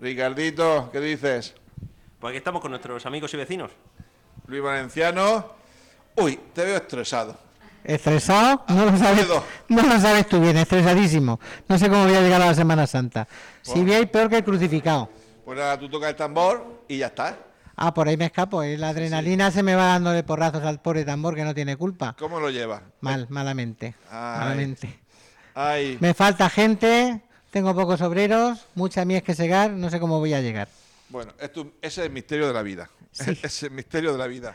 Ricardito, ¿qué dices? Pues aquí estamos con nuestros amigos y vecinos. Luis Valenciano. Uy, te veo estresado. ¿Estresado? No lo sabes. Alfredo. No lo sabes tú bien, estresadísimo. No sé cómo voy a llegar a la Semana Santa. Si Bueno. bien peor que el crucificado. Pues nada, tú tocas el tambor y ya está. Ah, por ahí me escapo. eh. La adrenalina se me va dándole porrazos al pobre tambor que no tiene culpa. ¿Cómo lo llevas? Mal, malamente. Ay. Malamente. Ay, Me falta gente, tengo pocos obreros, mucha mies que segar, no sé cómo voy a llegar. bueno, es tu- ese es el misterio de la vida. Sí. es el misterio de la vida.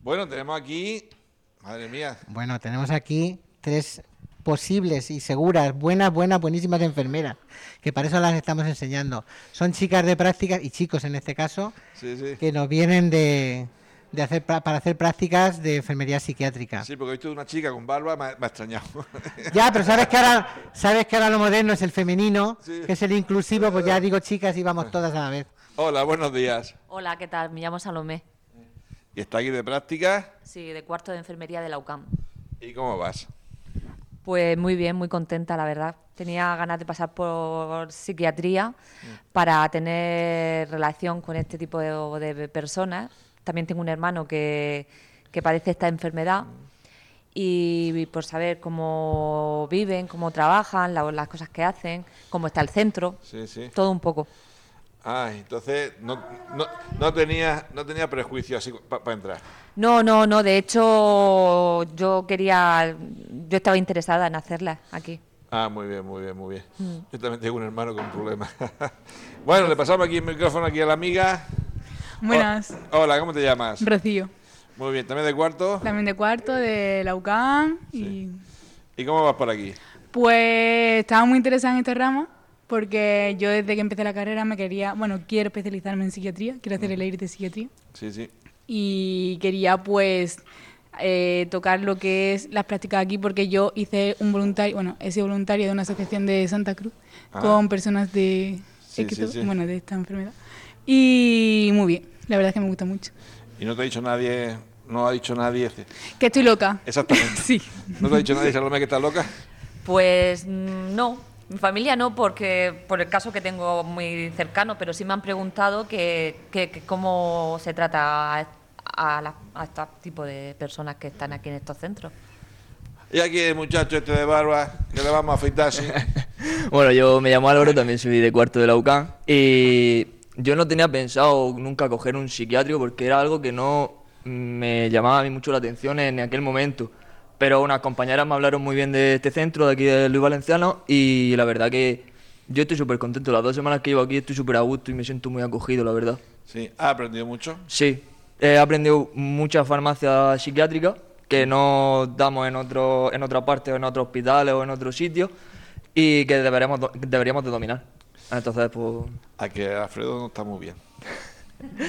Bueno, tenemos aquí. Madre mía. Bueno, tenemos aquí tres posibles y seguras, buenas, buenas, buenísimas enfermeras, que para eso las estamos enseñando. Son chicas de prácticas, y chicos en este caso, Sí, sí. que nos vienen de, de hacer pra- para hacer prácticas de enfermería psiquiátrica. Sí, porque he visto una chica con barba, me ha, me ha extrañado. Ya, pero sabes que ahora, sabes que ahora lo moderno es el femenino, Sí. Eh. que es el inclusivo, pues ya digo chicas y vamos todas a la vez. Hola, buenos días. Hola, ¿qué tal? Me llamo Salomé, Y está aquí de práctica. sí, de cuarto de enfermería de la UCAM. ¿Y cómo vas? Pues muy bien, muy contenta, la verdad. Tenía ganas de pasar por psiquiatría para tener relación con este tipo de, de personas. También tengo un hermano que, que padece esta enfermedad y, por saber cómo viven, cómo trabajan, la- las cosas que hacen, cómo está el centro, Sí, sí. todo un poco. Ah, entonces no, no, no tenía, no tenía prejuicio así para entrar. No, no, no, de hecho yo quería, yo estaba interesada en hacerla aquí. Ah, muy bien, muy bien, muy bien. Mm. Yo también tengo un hermano con problemas. bueno, le pasamos aquí el micrófono aquí a la amiga. Buenas, Ho- hola, ¿cómo te llamas? Rocío. Muy bien, también de cuarto. También de cuarto, de la UCAM. ¿Y cómo vas por aquí? Y pues estaba muy interesada en este ramo porque yo desde que empecé la carrera me quería, bueno, quiero especializarme en psiquiatría, quiero hacer el EIR de psiquiatría Sí, sí. y quería pues eh, tocar lo que es las prácticas aquí porque yo hice un voluntario, bueno, he sido voluntario de una asociación de Santa Cruz Ah. con personas de, Sí, sí, esquizo- sí. bueno, de esta enfermedad y muy bien, la verdad es que me gusta mucho. Y no te ha dicho nadie, no ha dicho nadie. ese- Que estoy loca. Exactamente. Sí. No te ha dicho nadie, Salomé, que estás loca. Pues mm, no, mi familia no, porque por el caso que tengo muy cercano, pero sí me han preguntado que, que- que cómo se trata a, a la- a este tipo de personas que están aquí en estos centros. Y aquí el muchacho este de barba, que le vamos a afeitar, sí. Bueno, yo me llamo Álvaro, también soy de cuarto de la UCAM y yo no tenía pensado nunca coger un psiquiátrico porque era algo que no me llamaba a mí mucho la atención en aquel momento. Pero unas compañeras me hablaron muy bien de este centro, de aquí de Luis Valenciano, y la verdad que yo estoy súper contento. Las dos semanas que llevo aquí estoy súper a gusto y me siento muy acogido, la verdad. Sí, ha aprendido mucho. Sí, he aprendido mucha farmacia psiquiátrica que no damos en, otro, en otra parte o en otros hospitales o en otros sitios y que deberíamos, do- deberíamos de dominar. Entonces, pues, A que Alfredo no está muy bien.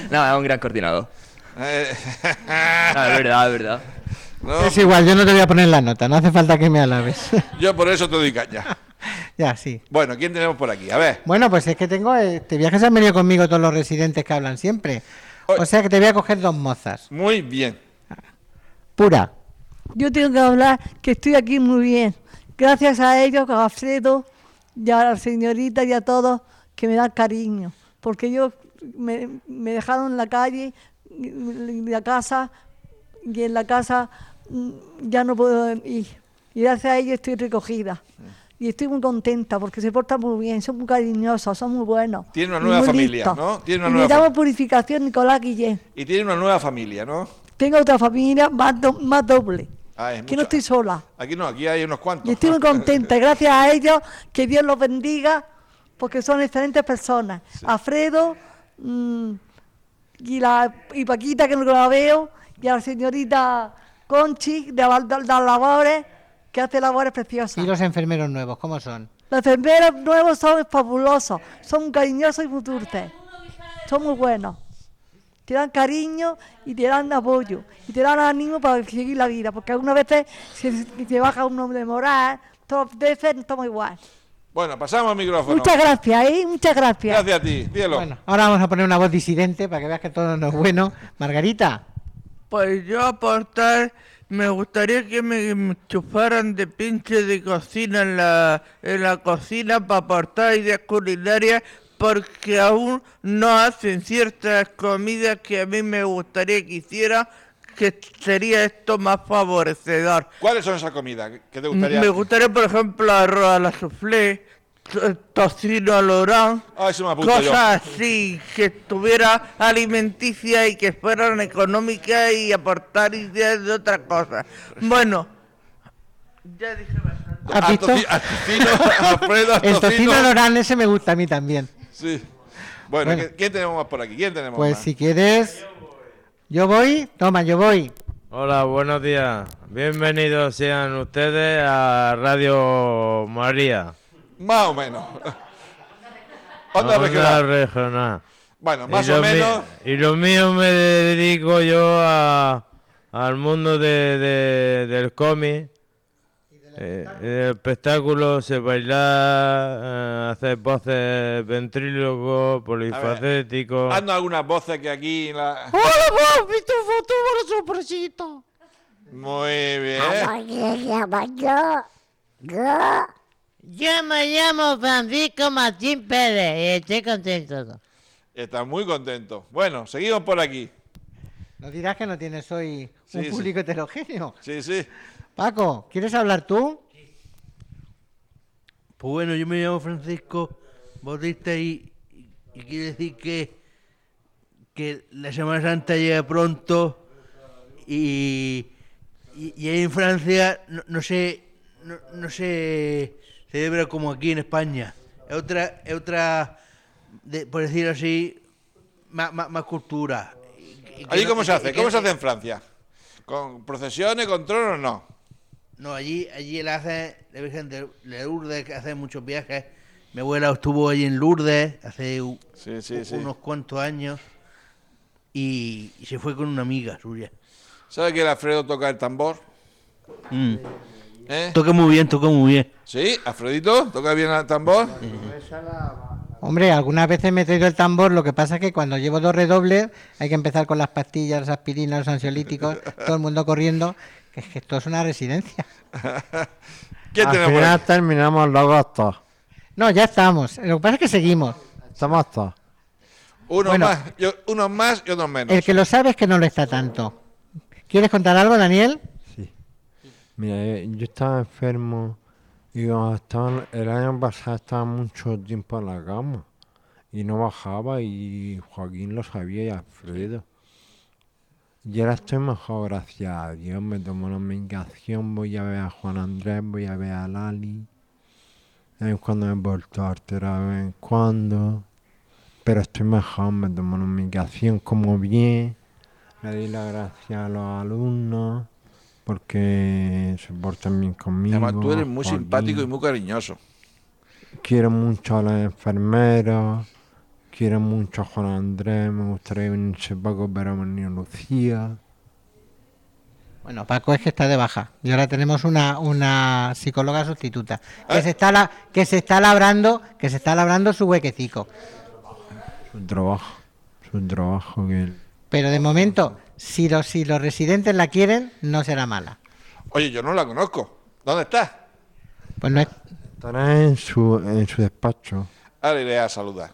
nada, es un gran coordinador. Eh, Nada, es verdad, es verdad. no, Es igual, yo no te voy a poner la nota, no hace falta que me alabes. yo por eso te doy caña. ya, sí. Bueno, ¿quién tenemos por aquí? A ver. Bueno, pues es que tengo este viaje, se han venido conmigo todos los residentes que hablan siempre. Oye. O sea que te voy a coger dos mozas. Muy bien. Pura. Yo tengo que hablar que estoy aquí muy bien. Gracias a ellos, a Alfredo y a la señorita y a todos que me dan cariño. Porque yo me, me dejaron en la calle, en la casa, y en la casa mm, ya no puedo ir. Y gracias a ellos estoy recogida. Y estoy muy contenta porque se portan muy bien, son muy cariñosos, son muy buenos. Tiene una y nueva muy familia, listos. ¿no? Tiene una Y nueva Me llamo fam- Purificación Nicolás Guillén. Y tiene una nueva familia, ¿no? Tengo otra familia más, do- más doble. Ah, es que mucho- no estoy sola. Aquí no, aquí hay unos cuantos. Y estoy muy contenta, y gracias a ellos, que Dios los bendiga, porque son excelentes personas. Alfredo mm, y, la, y Paquita, que no la veo, y a la señorita Conchi de la- de las labores, que hace labores preciosas. ¿Y los enfermeros nuevos, cómo son? Los enfermeros nuevos son fabulosos, son cariñosos y muy dulces. son muy buenas. Te dan cariño y te dan apoyo y te dan ánimo para seguir la vida, porque algunas veces se, se baja uno de moral, todas veces no estamos igual. Bueno, pasamos el micrófono. Muchas gracias, ¿eh? Muchas gracias. Gracias a ti, díelo. Bueno, ahora vamos a poner una voz disidente para que veas que todo no es bueno. Margarita, Pues yo aportar, me gustaría que me chuparan de pinche de cocina en la, en la cocina para aportar ideas culinarias porque aún no hacen ciertas comidas que a mí me gustaría que hicieran, que sería esto más favorecedor. ¿Cuáles son esas comidas que- que te gustaría? Me gustaría, por ejemplo, arroz a la soufflé, to- tocino al orán, Ah, eso me apunto cosas yo. así, que estuviera alimenticia y que fueran económicas y aportar ideas de otras cosas. Bueno, ya dije bastante. ¿has visto? Al toci- al tocino, Alfredo, al El tocino tocino. Lorán ese me gusta a mí también. Sí. Bueno, Bueno. ¿qué- ¿quién tenemos más por aquí? ¿Quién tenemos Pues más? si quieres... Yo voy, toma, yo voy. Hola, buenos días. Bienvenidos sean ustedes a Radio María. Más o menos. Onda regional. regional. Bueno, más y o lo mi- menos. y lo mío me dedico yo a, al mundo de, de- del cómic, eh, del espectáculo, se bailar, eh, hacer voces ventrílocos, polifacéticos. Haznos algunas voces que aquí. la- ¡Hola, visto foto por sorpresito! Muy Ah, bien. Yo me llamo Francisco Martín Pérez y estoy contento. Está muy contento. Bueno, seguimos por aquí. No dirás que no tienes hoy Sí, un sí. público heterogéneo. Sí, sí. Paco, ¿quieres hablar tú? Pues bueno, yo me llamo Francisco Bautista y, y- y quiero decir que, que la Semana Santa llega pronto y, y, y ahí en Francia no, no se no, no se celebra como aquí en España. Es otra, es otra de- por decirlo así, más, más, más cultura. Y- y que ¿Allí no- cómo se y hace? que- ¿Cómo se hace en Francia? ¿Con procesiones, con trono o no? No, allí, allí la hace la Virgen de de Lourdes, que hace muchos viajes. Mi abuela estuvo allí en Lourdes hace u- Sí, sí, u- sí. unos cuantos años y, y se fue con una amiga suya. ¿Sabe que el Alfredo toca el tambor? Mm. ¿Eh? Toca muy bien, toca muy bien. ¿Sí? ¿Alfredito? ¿Toca bien el tambor? Hombre, algunas veces me he traído el tambor, lo que pasa es que cuando llevo dos redobles hay que empezar con las pastillas, las aspirinas, los ansiolíticos, todo el mundo corriendo, que es que esto es una residencia. ¿Quién al tenemos? por final aquí? terminamos los gastos. No, ya estamos. Lo que pasa es que seguimos. Estamos todos. Unos Bueno. más, yo- unos más y otros menos. El que lo sabe es que no lo está tanto. ¿Quieres contar algo, Daniel? Mira, eh, yo estaba enfermo y yo estaba- el año pasado estaba mucho tiempo en la cama y no bajaba y Joaquín lo sabía y Alfredo. Y ahora estoy mejor, gracias a Dios, me tomo una medicación, voy a ver a Juan Andrés, voy a ver a Lali. De vez en cuando me he vuelto a alterar de vez en cuando. Pero estoy mejor, me tomo una medicación como bien. Le di las gracias a los alumnos porque se portan bien conmigo. Además, tú eres muy Joaquín. simpático y muy cariñoso. Quiero mucho a los enfermeros, quiero mucho a Juan Andrés, me gustaría venirse Paco, pero me ni Lucía. Bueno, Paco es que está de baja. Y ahora tenemos una, una psicóloga sustituta que ¿Eh? se está la- que se está labrando, que se está labrando su huequecico. Su trabajo, su trabajo que... Pero de momento, si los, si los residentes la quieren, no será mala. Oye, yo no la conozco. ¿Dónde está? Pues no es. Estará en su, en su despacho. Ahora iré a saludar.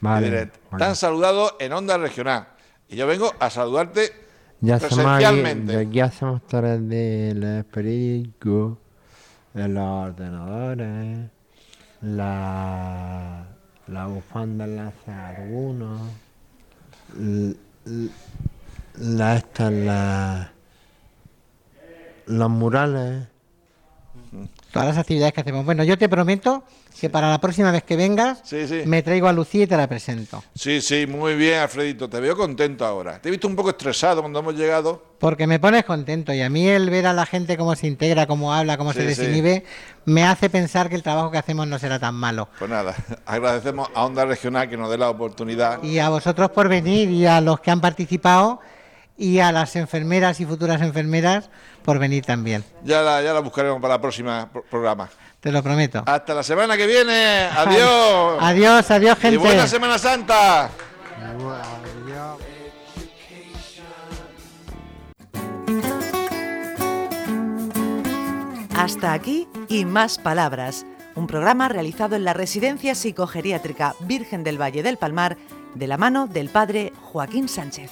Vale. Y diré, Joaquín. Te han saludado en Onda Regional. Y yo vengo a saludarte Ya hacemos aquí, presencialmente. de aquí hacemos tareas del periódico, de los ordenadores, la, la bufanda la hacen algunos, l- l- la, esta, la, los murales, Todas las actividades que hacemos. Bueno, yo te prometo que para la próxima vez que vengas, Sí, sí. me traigo a Lucía y te la presento. Sí, sí, muy bien, Alfredito. Te veo contento ahora. Te he visto un poco estresado cuando hemos llegado. Porque me pones contento y a mí el ver a la gente cómo se integra, cómo habla, cómo se Sí, sí. desinhibe, me hace pensar que el trabajo que hacemos no será tan malo. Pues nada, agradecemos a Onda Regional que nos dé la oportunidad. Y a vosotros por venir y a los que han participado y a las enfermeras y futuras enfermeras por venir también. Ya la, ya la buscaremos para el próximo programa. Te lo prometo. Hasta la semana que viene. Adiós. Adiós, adiós gente. Y buena Semana Santa. Hasta aquí y más palabras, un programa realizado en la Residencia Psicogeriátrica Virgen del Valle del Palmar de la mano del padre Joaquín Sánchez.